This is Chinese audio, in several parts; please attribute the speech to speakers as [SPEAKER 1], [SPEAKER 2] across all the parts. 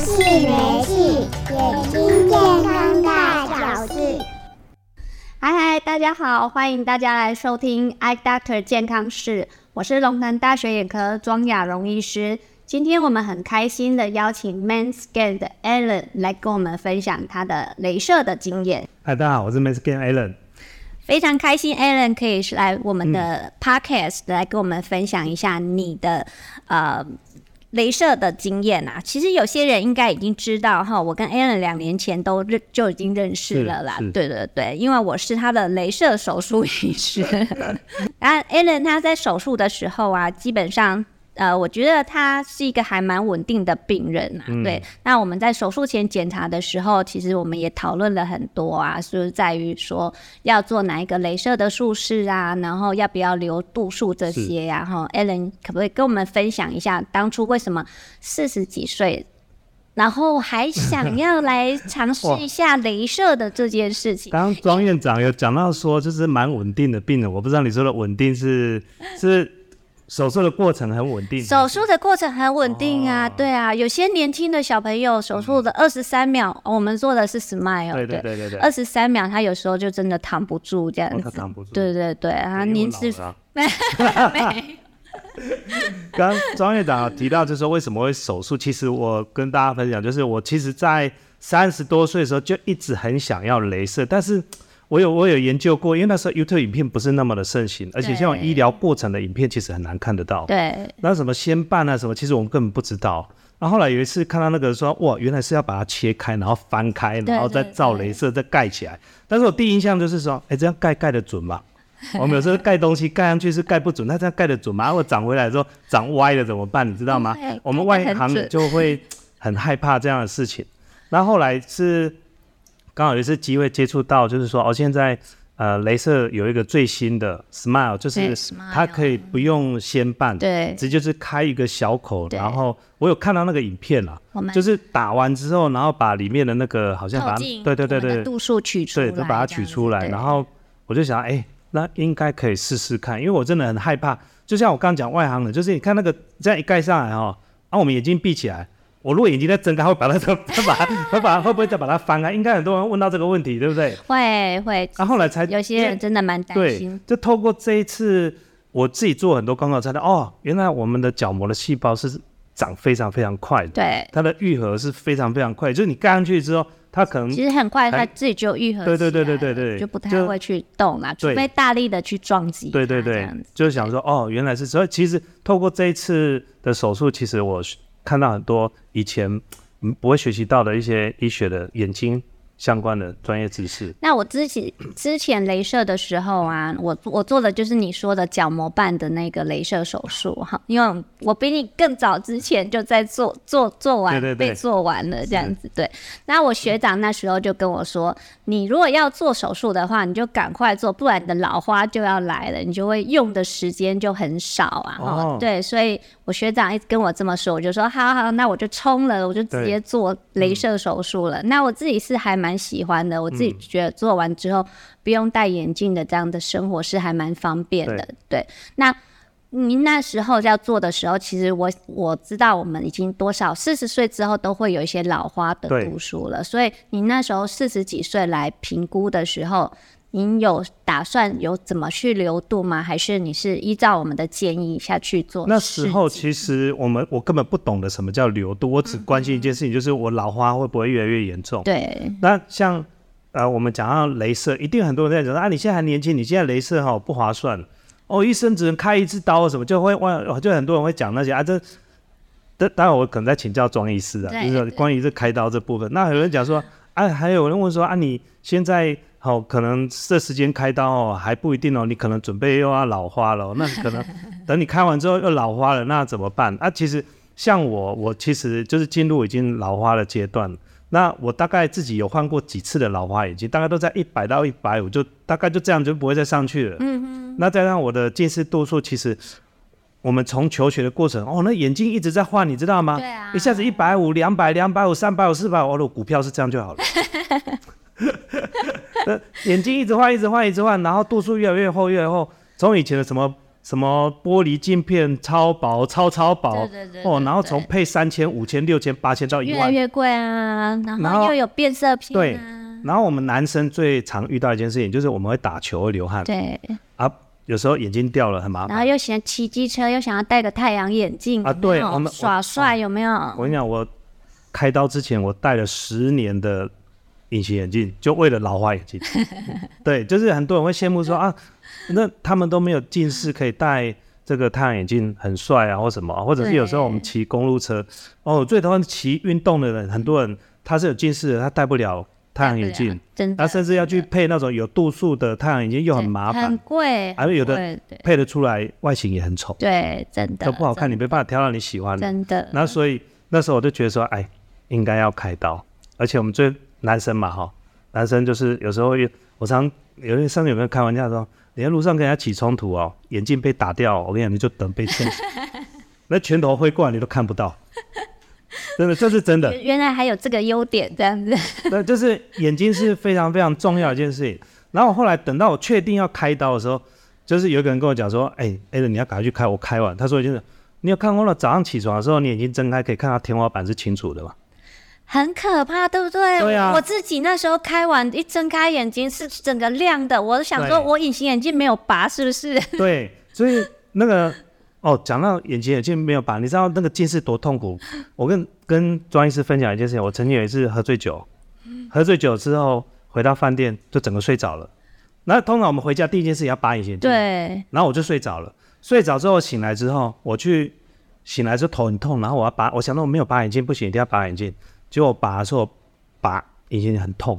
[SPEAKER 1] 气没气？眼睛健康大小事。
[SPEAKER 2] 嗨嗨，大家好，欢迎大家来收听 Eye Doctor 健康室，我是龙潭大学眼科庄雅荣医师。今天我们很开心的邀请 Manscan 的 Alan 来跟我们分享他的镭射的经验，
[SPEAKER 3] 嗨，大家好，我是 Mexican Alan。
[SPEAKER 2] 非常开心 Alan 可以是来我们
[SPEAKER 3] 嗯
[SPEAKER 2] 的 Podcast、来跟我们分享一下你的呃。镭射的经验啊，其实有些人应该已经知道哈，我跟 Alan 两年前都认就已经认识了啦
[SPEAKER 3] 是，是
[SPEAKER 2] 对对对，因为我是他的镭射手术医 师，然后 Alan 他在手术的时候啊，基本上。呃，我觉得他是一个还蛮稳定的病人啊。
[SPEAKER 3] 嗯
[SPEAKER 2] 对，那我们在手术前检查的时候，其实我们也讨论了很多啊，就是在于说要做哪一个镭射的术式啊，然后要不要留度数这些呀、啊。哈，Alan 可不可以跟我们分享一下，当初为什么四十几岁，然后还想要来尝试一下镭射的这件事 情？
[SPEAKER 3] 刚刚庄院长有讲到说，就是蛮稳定的病人，我不知道你说的稳定是是手术的过程很稳定，
[SPEAKER 2] 手术的过程很稳定
[SPEAKER 3] 哦
[SPEAKER 2] 啊，对啊，有些年轻的小朋友手术的二十三秒、哦我们做的是 smile，
[SPEAKER 3] 对对对对对
[SPEAKER 2] 二十三秒他有时候就真的扛不住这样
[SPEAKER 3] 哦
[SPEAKER 2] 子，
[SPEAKER 3] 他挡不住
[SPEAKER 2] 对对对，啊，
[SPEAKER 3] 因为
[SPEAKER 2] 您
[SPEAKER 3] 我
[SPEAKER 2] 是
[SPEAKER 3] 老了啊 刚刚庄院长有提到，就是说为什么会手术？其实我跟大家分享，就是我其实在三十多岁的时候就一直很想要镭射，但是我有我有研究过，因为那时候 YouTube 影片不是那么的盛行，而且这种医疗过程的影片其实很难看得到。
[SPEAKER 2] 对
[SPEAKER 3] 那什么先办啊什么，其实我们根本不知道。然后后来有一次看到那个说，哇，原来是要把它切开，然后翻开，
[SPEAKER 2] 对
[SPEAKER 3] 然后再照镭射，再盖起来。但是我第一印象就是说，哎，这样盖盖得准吗？我们有时候盖东西盖上去是盖不准，那这样盖得准吗？如果长回来的时候长歪了怎么办？你知道吗
[SPEAKER 2] 不会？
[SPEAKER 3] 我们外
[SPEAKER 2] 嗯哎盖得很准
[SPEAKER 3] 行就会很害怕这样的事情。然后后来是刚好有一次机会接触到，就是说哦，现在呃，镭射有一个最新的 Smile，就
[SPEAKER 2] 对
[SPEAKER 3] 是
[SPEAKER 2] Smile
[SPEAKER 3] 它可以不用先办，
[SPEAKER 2] 对
[SPEAKER 3] 直接就是开一个小口，
[SPEAKER 2] 对
[SPEAKER 3] 然后我有看到那个影片啦
[SPEAKER 2] 我们，
[SPEAKER 3] 就是打完之后，然后把里面的那个好像把它对对对
[SPEAKER 2] 我们的
[SPEAKER 3] 对，
[SPEAKER 2] 度数取出来，
[SPEAKER 3] 对，都把它取出来，然后我就想，哎、那应该可以试试看，因为我真的很害怕，就像我刚讲外行的，就是你看那个这样一盖上来哦，啊，我们眼睛闭起来。我如果眼睛再睁开，会把它会把它会把它会不会再把它翻开？应该很多人问到这个问题，对不对？
[SPEAKER 2] 会会，
[SPEAKER 3] 啊，后来才
[SPEAKER 2] 有些人真的蛮担
[SPEAKER 3] 对
[SPEAKER 2] 心，，
[SPEAKER 3] 就透过这一次我自己做很多广告，才知道哦，原来我们的角膜的细胞是长非常非常快的，
[SPEAKER 2] 对，
[SPEAKER 3] 它的愈合是非常非常快，就是你盖上去之后，它可能
[SPEAKER 2] 其实很快他
[SPEAKER 3] 还
[SPEAKER 2] 自己就愈合起来
[SPEAKER 3] 嗯哎对
[SPEAKER 2] 了，
[SPEAKER 3] 对对对对对
[SPEAKER 2] 就不太
[SPEAKER 3] 就
[SPEAKER 2] 会去动啦，除
[SPEAKER 3] 对
[SPEAKER 2] 非大力的去撞击它这
[SPEAKER 3] 对
[SPEAKER 2] 样子，
[SPEAKER 3] 对对，就是想说哦，原来是所以其实透过这一次的手术，其实我看到很多以前嗯不会学习到的一些医学的眼睛相关的专业知识。
[SPEAKER 2] 那我之前 之前镭射的时候啊，我我做的就是你说的角膜瓣的那个镭射手术哈，因为我比你更早之前就在做做做完
[SPEAKER 3] 对对对
[SPEAKER 2] 被做完了这样子对。那我学长那时候就跟我说，你如果要做手术的话，你就赶快做，不然你的老花就要来了，你就会用的时间就很少啊。哈、
[SPEAKER 3] 哦
[SPEAKER 2] 对，所以我学长一直跟我这么说，我就说好好，那我就冲了，我就直接
[SPEAKER 3] 对
[SPEAKER 2] 做镭射手术了。那我自己是还蛮喜欢的，我自己觉得做完之后不用戴眼镜的这样的生活是还蛮方便的。对，那您那时候要做的时候，其实我我知道我们已经多少四十岁之后都会有一些老花的
[SPEAKER 3] 对
[SPEAKER 2] 度数了，所以您那时候四十几岁来评估的时候，您有打算有怎么去留度吗？还是你是依照我们的建议下去做？
[SPEAKER 3] 那时候其实我们我根本不懂得什么叫流度，我只关心一件事情，就是我老花会不会越来越严重。
[SPEAKER 2] 对
[SPEAKER 3] 那像呃，我们讲到镭射，一定很多人在讲说啊，你现在还年轻，你现在镭射哈、不划算哦，医生只能开一次刀什么，就会哇，就很多人会讲那些啊，这这当然我可能在请教庄医师啊，
[SPEAKER 2] 对
[SPEAKER 3] 就是说
[SPEAKER 2] 对
[SPEAKER 3] 关于这开刀这部分，那有人讲说啊，还有人问说啊，你现在。哦，可能这时间开刀哦，还不一定哦，你可能准备又要老花了哦、那可能等你开完之后又老花了，那怎么办？啊，其实像我，我其实就是进入已经老花的阶段了。那我大概自己有换过几次的老花眼镜，大概都在一百到一百五，就大概就这样就不会再上去了。嗯那再让我的近视度数，其实我们从求学的过程，哦，那眼镜一直在换，你知道吗？
[SPEAKER 2] 对啊
[SPEAKER 3] 一下子一百五、两百、两百五、三百五、四百，哦，股票是这样就 好了。那眼镜一直换，一直换，一直换，然后度数越来越厚，越来越厚。从以前的什么什么玻璃镜片超薄、超超薄，
[SPEAKER 2] 对对对
[SPEAKER 3] 哦，
[SPEAKER 2] 对
[SPEAKER 3] 然后
[SPEAKER 2] 对
[SPEAKER 3] 从配三千、五千、六千、八千到一
[SPEAKER 2] 越来
[SPEAKER 3] 万。
[SPEAKER 2] 越贵啊，然
[SPEAKER 3] 然
[SPEAKER 2] 后
[SPEAKER 3] 后
[SPEAKER 2] 又有变色片
[SPEAKER 3] 对
[SPEAKER 2] 啊，
[SPEAKER 3] 然后我们男生最常遇到一件事情，就是我们会打球会流汗
[SPEAKER 2] 对，
[SPEAKER 3] 啊，有时候眼睛掉了很麻
[SPEAKER 2] 然
[SPEAKER 3] 烦
[SPEAKER 2] 后。又想骑机车，又想要戴个太阳眼镜
[SPEAKER 3] 啊
[SPEAKER 2] 有没有
[SPEAKER 3] 对我哦们
[SPEAKER 2] 耍帅有没有？
[SPEAKER 3] 我跟你讲，我开刀之前我戴了十年的隐形眼镜，就为了老花眼镜。 对，就是很多人会羡慕说啊，那他们都没有近视可以戴这个太阳眼镜，很帅啊，或什么，或者是有时候我们骑公路车，哦，最讨厌骑运动的人，很多人他是有近视的，他戴不了太阳眼
[SPEAKER 2] 戴不
[SPEAKER 3] 镜
[SPEAKER 2] 了，，啊真的
[SPEAKER 3] 他甚至要去配那种有度数的太阳眼镜，又很
[SPEAKER 2] 对
[SPEAKER 3] 麻
[SPEAKER 2] 很
[SPEAKER 3] 烦，啊
[SPEAKER 2] 贵，
[SPEAKER 3] 还有有的
[SPEAKER 2] 很贵对
[SPEAKER 3] 配得出来外形也很丑，
[SPEAKER 2] 对，真的
[SPEAKER 3] 都不好看，你没办法挑到你喜欢的。
[SPEAKER 2] 真的
[SPEAKER 3] 那所以那时候我就觉得说，哎，应该要开刀，而且我们最男生嘛哈，男生就是有时候也我常有些上次有没有开玩笑说，你在路上跟人家起冲突哦，眼镜被打掉，我跟你讲，你就等被欠，那拳头挥过来你都看不到，真的这是真的，
[SPEAKER 2] 原原来还有这个优点，这样子
[SPEAKER 3] 那就是眼睛是非常非常重要的一件事情。然后我后来等到我确定要开刀的时候，就是有一个人跟我讲说：“哎、艾 a 你要赶快去开，我开完。”他说：“就是你有看过了，早上起床的时候，你眼睛睁开可以看到天花板是清楚的嘛？
[SPEAKER 2] 很可怕，对不对？
[SPEAKER 3] 对啊
[SPEAKER 2] 我自己那时候开完一睁开眼睛是整个亮的，我想说
[SPEAKER 3] 对嗯
[SPEAKER 2] 我隐形眼镜没有拔，是不是？
[SPEAKER 3] 对，所以那个哦，讲到眼睛眼镜没有拔，你知道那个近视多痛苦？我跟跟庄医师分享一件事情，我曾经有一次喝醉酒，喝醉酒之后回到饭店就整个睡着了。那通常我们回家第一件事情要拔隐形眼镜，
[SPEAKER 2] 对，
[SPEAKER 3] 然后我就睡着了。睡着之后醒来之后，我去醒来之后头很痛，然后我要拔，我想到我没有拔眼镜，不行，一定要拔眼镜。结果我拔的时候，拔眼睛很痛，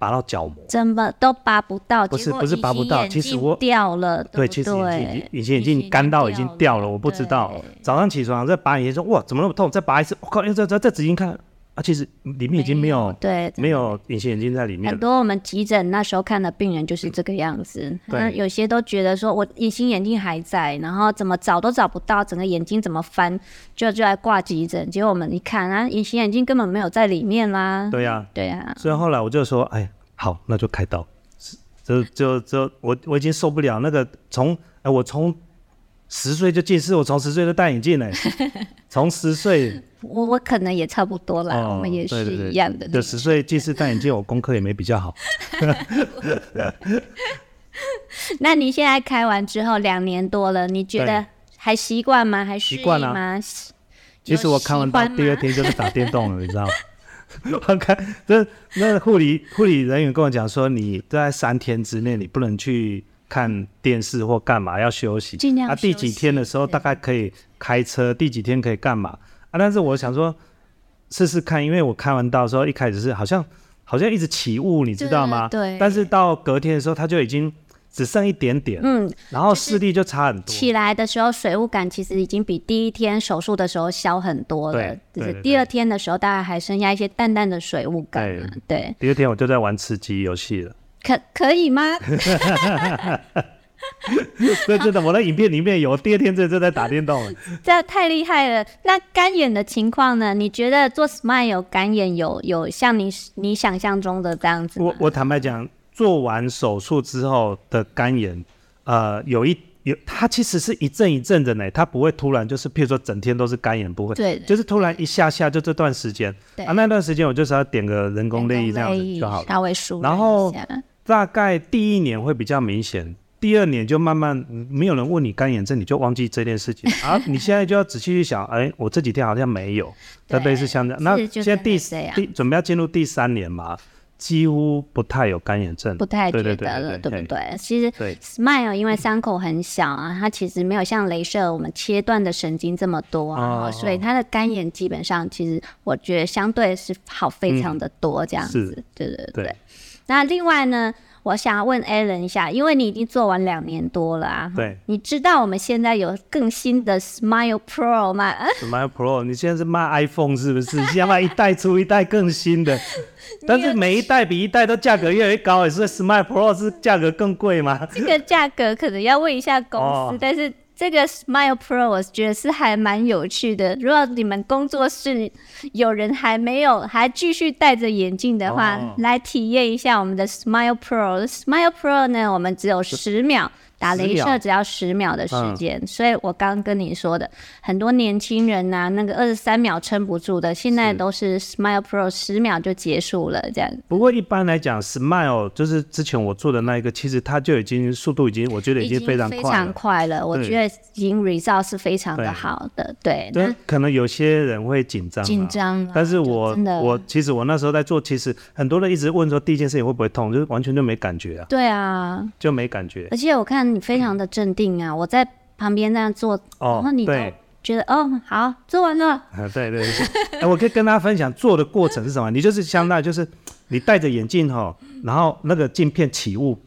[SPEAKER 3] 拔到角膜。
[SPEAKER 2] 怎么都拔不到，
[SPEAKER 3] 不是
[SPEAKER 2] 结果
[SPEAKER 3] 不是拔不到
[SPEAKER 2] 隐形眼
[SPEAKER 3] 其实我
[SPEAKER 2] 镜掉了，
[SPEAKER 3] 对，
[SPEAKER 2] 不
[SPEAKER 3] 其实眼睛已经
[SPEAKER 2] 对
[SPEAKER 3] 眼睛已经干到已经掉了，我不知道。早上起床再拔眼睛，说哇怎么那么痛？再拔一次，我靠，又再再再仔细看啊，其实里面已经没有
[SPEAKER 2] 对，
[SPEAKER 3] 没有隐形眼镜在里面
[SPEAKER 2] 很
[SPEAKER 3] 了。
[SPEAKER 2] 多我们急诊那时候看的病人就是这个样子，嗯
[SPEAKER 3] 对
[SPEAKER 2] 那有些都觉得说我隐形眼镜还在，然后怎么找都找不到，整个眼睛怎么翻，就就来挂急诊。结果我们一看啊，隐形眼镜根本没有在里面啦。
[SPEAKER 3] 对呀、
[SPEAKER 2] 对啊，
[SPEAKER 3] 所以后来我就说，哎，好，那就开刀。就就就我我已经受不了那个从哎，我从十岁就近视，我从十岁就戴眼镜嘞，从 十岁
[SPEAKER 2] 我我可能也差不多啦，
[SPEAKER 3] 哦
[SPEAKER 2] 我们也
[SPEAKER 3] 对对
[SPEAKER 2] 是
[SPEAKER 3] 对
[SPEAKER 2] 一样的那
[SPEAKER 3] 就
[SPEAKER 2] 种。
[SPEAKER 3] 十岁近视戴眼镜，我功课也没比较好。
[SPEAKER 2] 那你现在开完之后两年多了，你觉得还习惯吗？还
[SPEAKER 3] 习
[SPEAKER 2] 适
[SPEAKER 3] 惯
[SPEAKER 2] 应
[SPEAKER 3] 啊
[SPEAKER 2] 吗？
[SPEAKER 3] 其实我看完到第二天就是打电动了，你知道吗？ 我看这那护理护理人员跟我讲说，你在三天之内你不能去看电视或干嘛，要休息。
[SPEAKER 2] 尽量
[SPEAKER 3] 啊，第
[SPEAKER 2] 休
[SPEAKER 3] 几
[SPEAKER 2] 息
[SPEAKER 3] 天的时候大概可以开车，第几天可以干嘛啊？但是我想说试试看，因为我开完刀的时候一开始是好像好像一直起雾，你知道吗？
[SPEAKER 2] 对对
[SPEAKER 3] 但是到隔天的时候，它就已经只剩一点点，
[SPEAKER 2] 嗯，
[SPEAKER 3] 然后视力就差很多。
[SPEAKER 2] 起来的时候，水雾感其实已经比第一天手术的时候小很多了
[SPEAKER 3] 对，
[SPEAKER 2] 就
[SPEAKER 3] 对
[SPEAKER 2] 是
[SPEAKER 3] 对
[SPEAKER 2] 第二天的时候，大概还剩下一些淡淡的水雾感嘛、对，
[SPEAKER 3] 第二天我就在玩吃鸡游戏了。
[SPEAKER 2] 可可以 吗？
[SPEAKER 3] 对，真的，我的影片里面有，第二天这就在打 电动了。
[SPEAKER 2] 这太厉害了。那干眼的情况呢？你觉得做 SMILE 有干眼有有像你你想象中的这样子吗
[SPEAKER 3] 我？我坦白讲，做完手术之后的干眼，呃，有一有，它其实是一阵一阵的呢，它不会突然就是，譬如说整天都是干眼，不会，
[SPEAKER 2] 对
[SPEAKER 3] 就是突然一下下就这段时间，
[SPEAKER 2] 对
[SPEAKER 3] 啊，那段时间我就是要点个人工泪液这样
[SPEAKER 2] 人工泪
[SPEAKER 3] 子就好了。
[SPEAKER 2] 稍微舒
[SPEAKER 3] 然
[SPEAKER 2] 缓
[SPEAKER 3] 后
[SPEAKER 2] 一下
[SPEAKER 3] 大概第一年会比较明显，第二年就慢慢嗯没有人问你干眼症，你就忘记这件事 情啊。你现在就要仔细去想，哎，我这几天好像没有，那
[SPEAKER 2] 对
[SPEAKER 3] 类似像这样。那
[SPEAKER 2] 是就
[SPEAKER 3] 现在
[SPEAKER 2] 真的
[SPEAKER 3] 第
[SPEAKER 2] 这样
[SPEAKER 3] 第准备要进入第三年嘛，几乎不太有干眼症，
[SPEAKER 2] 不太觉
[SPEAKER 3] 对对
[SPEAKER 2] 得了，对
[SPEAKER 3] 对对
[SPEAKER 2] 不对？其实
[SPEAKER 3] 对
[SPEAKER 2] Smile 因为伤口很小啊，它其实没有像镭射我们切断的神经这么多啊，
[SPEAKER 3] 哦
[SPEAKER 2] 所以它的干眼基本上其实我觉得相对是好非常的多这样子，对对对。
[SPEAKER 3] 嗯对
[SPEAKER 2] 那另外呢，我想要问 Alan 一下，因为你已经做完两年多了啊，
[SPEAKER 3] 对，
[SPEAKER 2] 你知道我们现在有更新的 Smile Pro 吗？
[SPEAKER 3] ，Smile Pro，你现在是卖 iPhone 是 不是？现在卖一代出一代更 新的，但是每一代比一代都价格越来越高，也是 Smile Pro 是价格更贵吗？
[SPEAKER 2] 这个价格可能要问一下公司，
[SPEAKER 3] 哦
[SPEAKER 2] 但是这个 Smile Pro 我觉得是还蛮有趣的。如果你们工作室有人还没有还继续戴着眼镜的话，
[SPEAKER 3] 哦
[SPEAKER 2] 来体验一下我们的 Smile Pro。Smile Pro 呢，我们只有十秒。打
[SPEAKER 3] 10
[SPEAKER 2] 镭
[SPEAKER 3] 秒
[SPEAKER 2] 射只要十秒的时间。所以我刚跟你说的，很多年轻人呐、那个二十三秒撑不住的，现在
[SPEAKER 3] 是
[SPEAKER 2] 都是 Smile Pro 十秒就结束了，这样
[SPEAKER 3] 不过一般来讲，Smile 就是之前我做的那一个，其实它就已经速度已经，我觉得已经非常
[SPEAKER 2] 非
[SPEAKER 3] 快
[SPEAKER 2] 常
[SPEAKER 3] 了。
[SPEAKER 2] 快了。我
[SPEAKER 3] 对
[SPEAKER 2] 觉得已经 result 是非常
[SPEAKER 3] 对
[SPEAKER 2] 的好的，对，
[SPEAKER 3] 对，可能有些人会紧张、
[SPEAKER 2] 那
[SPEAKER 3] 啊，
[SPEAKER 2] 紧张啊、
[SPEAKER 3] 但是
[SPEAKER 2] 就
[SPEAKER 3] 我
[SPEAKER 2] 真的
[SPEAKER 3] 我其实我那时候在做，其实很多人一直问说第一件事情会不会痛，就是完全就没感觉啊，
[SPEAKER 2] 对啊，
[SPEAKER 3] 就没感觉
[SPEAKER 2] 而且我看你非常的镇定啊，我在旁边呃那样做，
[SPEAKER 3] 哦
[SPEAKER 2] 然后。你都
[SPEAKER 3] 对，
[SPEAKER 2] 觉得哦好做完了，
[SPEAKER 3] 啊对对对，哎， 我可以跟大家分享做的过程是什么？你就是相当于就是你戴着眼镜哈，然后那个镜片起雾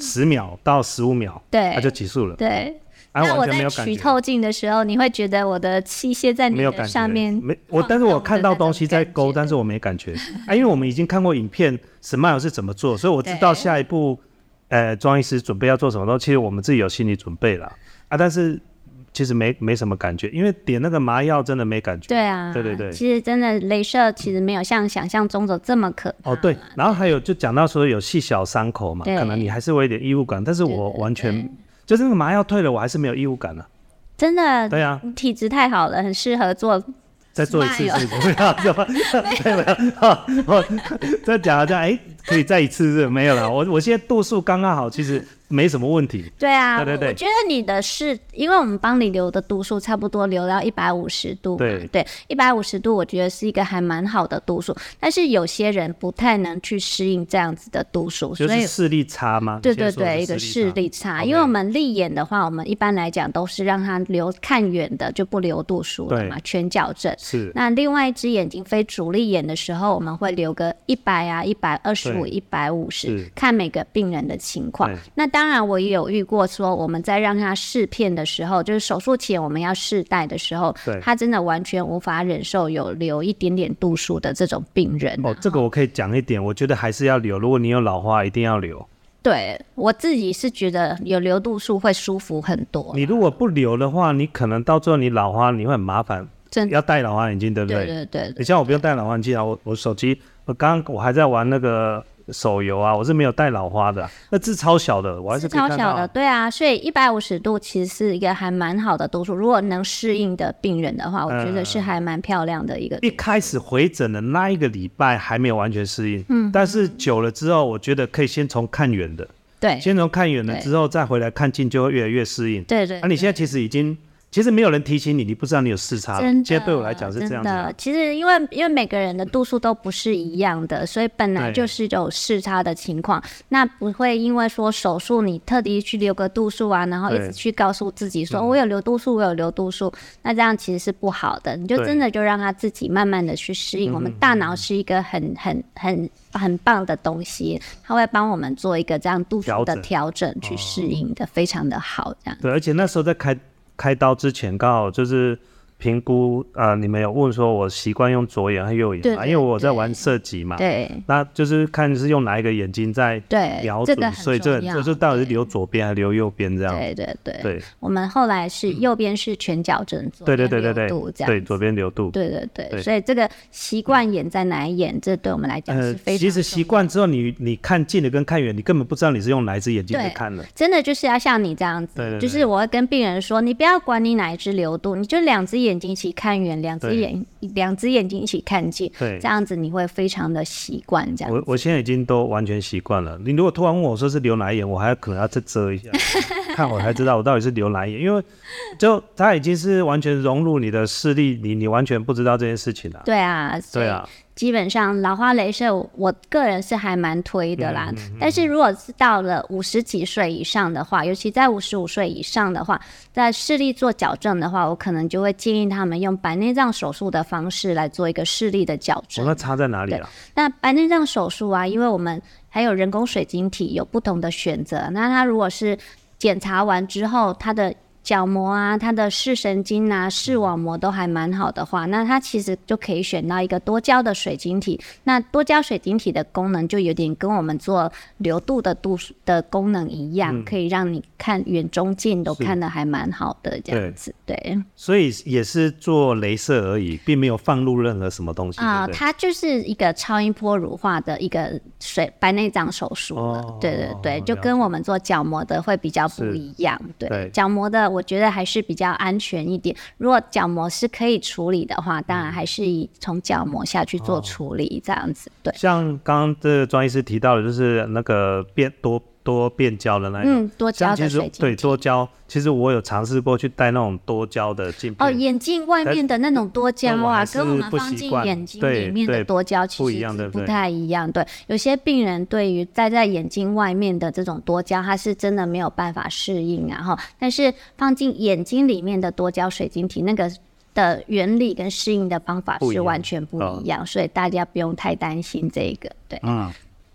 [SPEAKER 3] 十秒到十五秒，啊
[SPEAKER 2] 对、
[SPEAKER 3] 它就结束了，
[SPEAKER 2] 对。
[SPEAKER 3] 啊，
[SPEAKER 2] 那我
[SPEAKER 3] 完全没
[SPEAKER 2] 在
[SPEAKER 3] 有感
[SPEAKER 2] 取
[SPEAKER 3] 觉。
[SPEAKER 2] 透镜的时候，你会觉得我的器械在你
[SPEAKER 3] 没有感
[SPEAKER 2] 的
[SPEAKER 3] 觉，
[SPEAKER 2] 上面，
[SPEAKER 3] 没我，
[SPEAKER 2] 晃
[SPEAKER 3] 但是
[SPEAKER 2] 动
[SPEAKER 3] 我
[SPEAKER 2] 的
[SPEAKER 3] 看到
[SPEAKER 2] 那种
[SPEAKER 3] 东西在
[SPEAKER 2] 感
[SPEAKER 3] 勾，
[SPEAKER 2] 觉
[SPEAKER 3] 但是我没感觉啊，因为我们已经看过影片 Smile 是怎么做，所以我知道
[SPEAKER 2] 对
[SPEAKER 3] 下一步，呃，庄医师准备要做什么东西，其实我们自己有心理准备了啊，但是其实没没什么感觉，因为点那个麻药真的没感觉。
[SPEAKER 2] 对啊，
[SPEAKER 3] 对对对
[SPEAKER 2] 其实真的，镭射其实没有像想象中的这么可怕。
[SPEAKER 3] 哦，对，然后还有就讲到说有细小伤口嘛，
[SPEAKER 2] 啊对
[SPEAKER 3] 可能你还是会有一点异物感，但是我完全就是那个麻药退了，我还是没有异物感了。
[SPEAKER 2] 真的，
[SPEAKER 3] 对啊，
[SPEAKER 2] 你体质太好了，很适合做。
[SPEAKER 3] 再做一次
[SPEAKER 2] Smile
[SPEAKER 3] 是不是不要这么，对不要，我再讲一下，哎，可以再一次是不是没有了。我我现在度数刚刚好，其实没什么问题。
[SPEAKER 2] 对啊，
[SPEAKER 3] 对对对
[SPEAKER 2] 我我觉得你的是，因为我们帮你留的度数差不多留到一百五十度嘛，
[SPEAKER 3] 对
[SPEAKER 2] 对，一百五十度我觉得是一个还蛮好的度数，但是有些人不太能去适应这样子的度数，
[SPEAKER 3] 就
[SPEAKER 2] 所以
[SPEAKER 3] 是视力差吗？
[SPEAKER 2] 对
[SPEAKER 3] 你先
[SPEAKER 2] 对
[SPEAKER 3] 说的
[SPEAKER 2] 对，一个视力差，因
[SPEAKER 3] OK
[SPEAKER 2] 为我们立眼的话，我们一般来讲都是让它留看远的，就不留度数了
[SPEAKER 3] 对
[SPEAKER 2] 嘛，全矫正。
[SPEAKER 3] 是
[SPEAKER 2] 那另外一只眼睛非主力眼的时候，我们会留个一百啊、一百二十五、
[SPEAKER 3] 对
[SPEAKER 2] 一百五
[SPEAKER 3] 是嗯
[SPEAKER 2] 十，看每个病人的情况
[SPEAKER 3] 对。
[SPEAKER 2] 那当然，我也有遇过说，我们在让他试片的时候，就是手术前我们要试戴的时候
[SPEAKER 3] 对，
[SPEAKER 2] 他真的完全无法忍受有留一点点度数的这种病人啊、
[SPEAKER 3] 哦，这个我可以讲一点，我觉得还是要留。如果你有老花，一定要留。
[SPEAKER 2] 对我自己是觉得有留度数会舒服很多。
[SPEAKER 3] 你如果不留的话，你可能到最后你老花，你会很麻烦，
[SPEAKER 2] 真
[SPEAKER 3] 要戴老花眼镜，对不
[SPEAKER 2] 嗯对对对
[SPEAKER 3] 你像我不用戴老花眼镜啊，我我手机，我刚刚我还在玩那个手游啊，我是没有戴老花的啊、那字超小的，我还是可以
[SPEAKER 2] 超
[SPEAKER 3] 看到
[SPEAKER 2] 小
[SPEAKER 3] 啊
[SPEAKER 2] 的，。对啊，所以一百五十度其实是一个还蛮好的度数，如果能适应的病人的话，我觉得是
[SPEAKER 3] 嗯
[SPEAKER 2] 还蛮漂亮的一个。
[SPEAKER 3] 一开始回诊的那一个礼拜还没有完全适应，嗯，但是久了之后，我觉得可以先从看远的，
[SPEAKER 2] 对
[SPEAKER 3] 先从看远的
[SPEAKER 2] 对
[SPEAKER 3] 之后再回来看近，就会越来越适应。
[SPEAKER 2] 对对
[SPEAKER 3] 那、，你现在其实已经，其实没有人提醒你，你不知道你有视差了。
[SPEAKER 2] 真的
[SPEAKER 3] 现在啊对我来讲是这样
[SPEAKER 2] 真
[SPEAKER 3] 子啊、
[SPEAKER 2] 的，其实因为因为每个人的度数都不是一样的，所以本来
[SPEAKER 3] 对
[SPEAKER 2] 就是有视差的情况，那不会因为说手术你特地去留个度数啊，然后一
[SPEAKER 3] 对嗯
[SPEAKER 2] 直去告诉自己说、我有留度数，我有留度数，那这样其实是不好的。你就
[SPEAKER 3] 对嗯
[SPEAKER 2] 真的就让他自己慢慢的去适应。我们大脑是一个很很很很棒的东西，它会帮我们做一个这样度数的调整，
[SPEAKER 3] 哦
[SPEAKER 2] 去适应的非常的好，这样。
[SPEAKER 3] 对，而且那时候在开开刀之前，刚好就是评估，呃，你们有问说我习惯用左眼还是右眼
[SPEAKER 2] 对
[SPEAKER 3] 嘛？
[SPEAKER 2] 对
[SPEAKER 3] 因为我在玩射击嘛，
[SPEAKER 2] 对
[SPEAKER 3] 那就是看是用哪一个眼睛在
[SPEAKER 2] 对
[SPEAKER 3] 瞄，
[SPEAKER 2] 这
[SPEAKER 3] 准，
[SPEAKER 2] 个很
[SPEAKER 3] 所以这
[SPEAKER 2] 重要
[SPEAKER 3] 这就到底是留左边还是留右边这样？
[SPEAKER 2] 对对对。
[SPEAKER 3] 对嗯
[SPEAKER 2] 我们后来是右边是全矫正，左
[SPEAKER 3] 对对
[SPEAKER 2] 边
[SPEAKER 3] 对对
[SPEAKER 2] 流度
[SPEAKER 3] 对
[SPEAKER 2] 这样
[SPEAKER 3] 对，
[SPEAKER 2] 子
[SPEAKER 3] 左边流度。
[SPEAKER 2] 对对对
[SPEAKER 3] 对
[SPEAKER 2] 所以这个习惯眼在哪一眼，这对我们来讲
[SPEAKER 3] 呃
[SPEAKER 2] 是，非
[SPEAKER 3] 其
[SPEAKER 2] 常。
[SPEAKER 3] 实习惯之后你，你看近的跟看远，你根本不知道你是用哪一只眼睛在
[SPEAKER 2] 对
[SPEAKER 3] 看的。
[SPEAKER 2] 真的就是要像你这样子，
[SPEAKER 3] 对对对
[SPEAKER 2] 就是我会跟病人说，你不要管你哪一只流度，你就两只眼睛一起看远，两只
[SPEAKER 3] 对
[SPEAKER 2] 眼两只眼睛一起看近，
[SPEAKER 3] 对
[SPEAKER 2] 这样子你会非常的习惯这样
[SPEAKER 3] 我我现在已经都完全习惯了。你如果突然问我说是流哪一眼，我还可能要再 遮一下，看我才知道我到底是流哪一眼，因为就它已经是完全融入你的视力，你你完全不知道这件事情了、
[SPEAKER 2] 对啊，所
[SPEAKER 3] 对
[SPEAKER 2] 以
[SPEAKER 3] 啊，
[SPEAKER 2] 基本上老花镭射，我个人是还蛮推的啦。但是如果是到了五十几岁以上的话，尤其在五十五岁以上的话，在视力做矫正的话，我可能就会建议他们用白内障手术的方式来做一个视力的矫
[SPEAKER 3] 我
[SPEAKER 2] 正。
[SPEAKER 3] 那差在哪里啊了、
[SPEAKER 2] 那白内障手术啊，因为我们还有人工水晶体有不同的选择。那它如果是检查完之后，它的角膜啊、它的视神经啊、视网膜都还蛮好的话，那它其实就可以选到一个多焦的水晶体。那多焦水晶体的功能就有点跟我们做流度的度数的功能一样，可以让你看远中近都
[SPEAKER 3] 是
[SPEAKER 2] 看得还蛮好的这样子。对
[SPEAKER 3] 所以也是做镭射而已，并没有放入任何什么东西，
[SPEAKER 2] 啊、
[SPEAKER 3] 对不对？
[SPEAKER 2] 它就是一个超音波乳化的一个水白内障手术了。
[SPEAKER 3] 哦
[SPEAKER 2] 对对对，就
[SPEAKER 3] 了
[SPEAKER 2] 跟我们做角膜的会比较不
[SPEAKER 3] 是
[SPEAKER 2] 一样。对，
[SPEAKER 3] 对
[SPEAKER 2] 角膜的我觉得还是比较安全一点。如果角膜是可以处理的话，当然还是以从角膜下去
[SPEAKER 3] 哦
[SPEAKER 2] 做处理这样子。对，
[SPEAKER 3] 像刚刚这个庄医师提到的，就是那个变多多变焦的那一种。
[SPEAKER 2] 嗯，多焦
[SPEAKER 3] 像
[SPEAKER 2] 的
[SPEAKER 3] 其实
[SPEAKER 2] 水晶。
[SPEAKER 3] 对多焦，其实我有尝试过去戴那种多焦的镜片，
[SPEAKER 2] 哦，眼镜外面的那种多焦
[SPEAKER 3] 但我
[SPEAKER 2] 啊，
[SPEAKER 3] 还是
[SPEAKER 2] 跟我们
[SPEAKER 3] 不
[SPEAKER 2] 放
[SPEAKER 3] 习
[SPEAKER 2] 进
[SPEAKER 3] 惯
[SPEAKER 2] 眼睛
[SPEAKER 3] 对
[SPEAKER 2] 里面的
[SPEAKER 3] 对
[SPEAKER 2] 多焦其
[SPEAKER 3] 不一
[SPEAKER 2] 实
[SPEAKER 3] 样
[SPEAKER 2] 是
[SPEAKER 3] 对不
[SPEAKER 2] 不
[SPEAKER 3] 对
[SPEAKER 2] 太一样。对，有些病人对于戴在眼睛外面的这种多焦，他是真的没有办法适应啊哈。但是放进眼睛里面的多焦水晶体，那个的原理跟适应的方法
[SPEAKER 3] 不
[SPEAKER 2] 是
[SPEAKER 3] 一样
[SPEAKER 2] 完全不
[SPEAKER 3] 哦
[SPEAKER 2] 一样，所以大家不用太担心这个。对，
[SPEAKER 3] 嗯，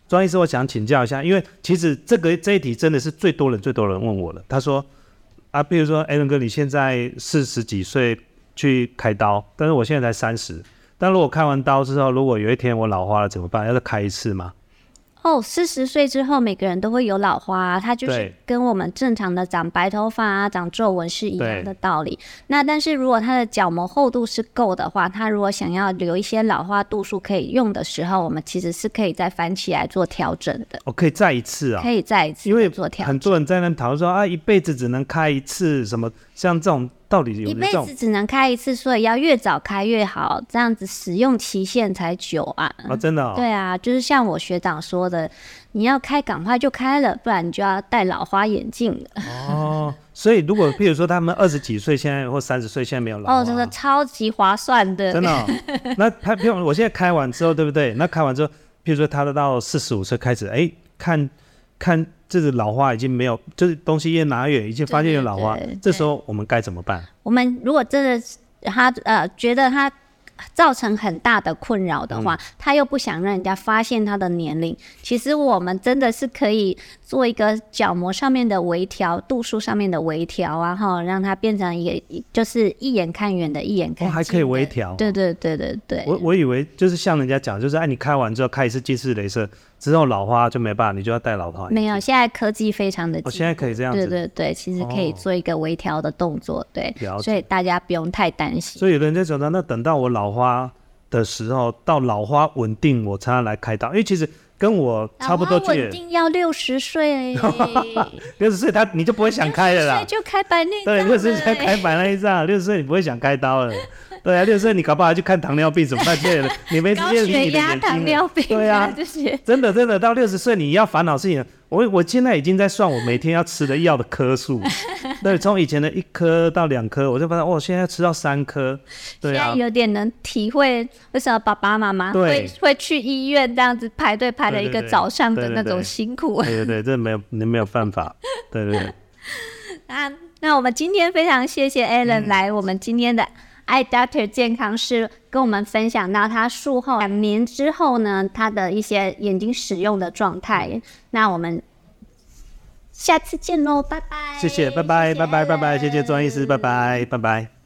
[SPEAKER 3] 庄医师，我想请教一下，因为其实这个这一题真的是最多人最多人问我了。他说啊，比如说，艾伦哥，你现在四十几岁去开刀，但是我现在才三十，但如果开完刀之后，如果有一天我老花了怎么办？要再开一次吗？
[SPEAKER 2] 哦，四十岁之后，每个人都会有老花、啊，它就是
[SPEAKER 3] 对
[SPEAKER 2] 跟我们正常的长白头发啊、长皱纹是一样
[SPEAKER 3] 对
[SPEAKER 2] 的道理。那但是如果它的角膜厚度是够的话，它如果想要留一些老花度数可以用的时候，我们其实是可以再翻起来做调整的，
[SPEAKER 3] 哦我、可以再一次啊、
[SPEAKER 2] 可以再一次
[SPEAKER 3] 因为
[SPEAKER 2] 地做调
[SPEAKER 3] 很
[SPEAKER 2] 整。
[SPEAKER 3] 多人在那讨论说啊，一辈子只能开一次，什么像这种到底有
[SPEAKER 2] 一
[SPEAKER 3] 没
[SPEAKER 2] 辈
[SPEAKER 3] 有这种
[SPEAKER 2] 子只能开一次，所以要越早开越好，这样子使用期限才久啊。
[SPEAKER 3] 啊？真的、哦，
[SPEAKER 2] 对啊，就是像我学长说的，你要开赶快就开了，不然你就要戴老花眼镜了。
[SPEAKER 3] 哦，所以如果譬如说他们二十几岁现在或三十岁现在没有老花，
[SPEAKER 2] 哦，这个超级划算的，
[SPEAKER 3] 真 的哦、那他譬如我现在开完之后，对不对？那开完之后，譬如说他到四十五岁开始，哎，看看这个老花已经没有，就是东西越拿越远，已经发现有老花
[SPEAKER 2] 对对对，
[SPEAKER 3] 这时候我们该怎么办？哦
[SPEAKER 2] 我们如果真的是他呃觉得他造成很大的困扰的
[SPEAKER 3] 嗯
[SPEAKER 2] 话，他又不想让人家发现他的年龄，其实我们真的是可以做一个角膜上面的微调、度数上面的微调啊，哈，让它变成一个就是一眼看远的，一眼看近
[SPEAKER 3] 哦，
[SPEAKER 2] 的
[SPEAKER 3] 还可以微。调。
[SPEAKER 2] 对对对对对，
[SPEAKER 3] 我哎我以为就是像人家讲，就是哎，你开完之后开一次近视雷射之后老花就没办法，你就要戴老花眼镜。
[SPEAKER 2] 没有，现在科技非常的
[SPEAKER 3] 哦，
[SPEAKER 2] 进
[SPEAKER 3] 现在可以这样
[SPEAKER 2] 对
[SPEAKER 3] 子。
[SPEAKER 2] 对对，其实可以
[SPEAKER 3] 哦
[SPEAKER 2] 做一个微调的动作，对，
[SPEAKER 3] 了解
[SPEAKER 2] 所以大家不用太担心。
[SPEAKER 3] 所以有人在讲到，那等到我老花的时候，到老花稳定，我才要来开刀，因为其实跟我差不多
[SPEAKER 2] 老花
[SPEAKER 3] 距
[SPEAKER 2] 稳
[SPEAKER 3] 离，
[SPEAKER 2] 定要六十 岁，
[SPEAKER 3] 六十岁他你就不会想开了啦
[SPEAKER 2] 60岁。就开白内障
[SPEAKER 3] 对，
[SPEAKER 2] 了
[SPEAKER 3] 六十岁才开白内障，六十岁你不会想开刀了。对啊，六十岁你搞不好还去看糖尿病怎么办？对了，你没直
[SPEAKER 2] 高
[SPEAKER 3] 接理
[SPEAKER 2] 血
[SPEAKER 3] 你的
[SPEAKER 2] 压、
[SPEAKER 3] 眼
[SPEAKER 2] 糖
[SPEAKER 3] 睛了。
[SPEAKER 2] 尿病
[SPEAKER 3] 对啊
[SPEAKER 2] 这些。
[SPEAKER 3] 真的真的，到六十岁你要烦恼事情了。我我现在已经在算我每天要吃的药的颗 数，对，从以前的一颗到两颗，我就发现哦，现在要吃到三颗，对
[SPEAKER 2] 现在
[SPEAKER 3] 啊，
[SPEAKER 2] 有点能体会为什么爸爸妈妈会
[SPEAKER 3] 对
[SPEAKER 2] 会去医院这样子排队排了一个
[SPEAKER 3] 对对对
[SPEAKER 2] 早上的
[SPEAKER 3] 对对
[SPEAKER 2] 那种
[SPEAKER 3] 对
[SPEAKER 2] 辛苦。
[SPEAKER 3] 对对对，这没有你没有办法，对对对，
[SPEAKER 2] 那那我们今天非常谢谢
[SPEAKER 3] 嗯
[SPEAKER 2] Alan 来我们今天的 i Doctor 健康室跟我们分享到他术后两年之后呢，他的一些眼睛使用的状
[SPEAKER 3] 嗯
[SPEAKER 2] 态。那我们下次见喽，拜拜。哎
[SPEAKER 3] 谢谢，拜拜拜拜拜拜，谢谢
[SPEAKER 2] Alan
[SPEAKER 3] 庄医师，拜拜拜拜。